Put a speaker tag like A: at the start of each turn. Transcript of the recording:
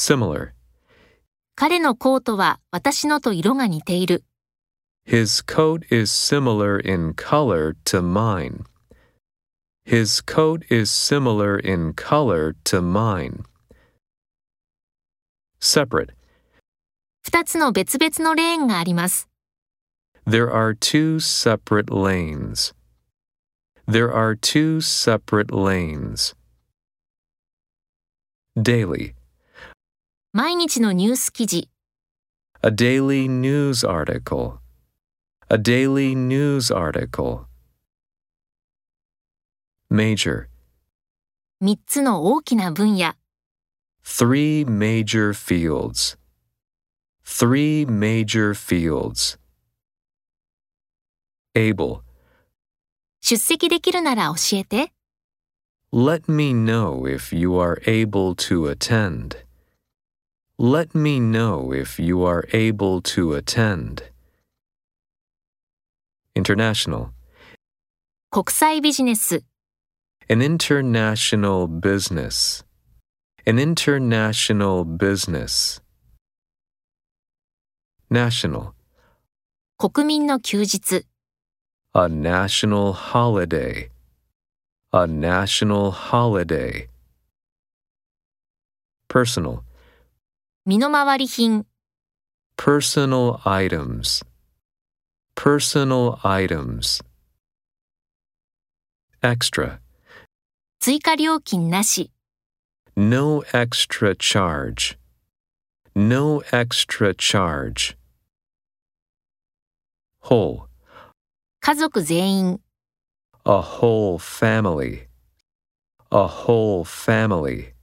A: similar.
B: 彼のコートは私のと色が似ている。
A: His coat is similar in color to mine. His coat is similar in color to mine. Separate.
B: 二つの別々のレーンがあります。
A: There are two separate lanes. There are two separate lanes. Daily.
B: 毎日のニュース記事。
A: A daily news article. A daily news article. Major.
B: 三つの大きな分野。
A: Three major fields. Three major fields. Able.
B: 出席できるなら教えて。
A: Let me know if you are able to attend. Let me know if you are able to attend. International.
B: 国際ビジネス。
A: An international business. An international business. National.
B: 国民の休日。
A: A national holiday. A national holiday. Personal.
B: 身の回り品。
A: Personal items. Personal items. Extra.
B: 追加料金なし。
A: No extra charge. No extra charge. Whole.
B: 家族全員。
A: A whole family. A whole family.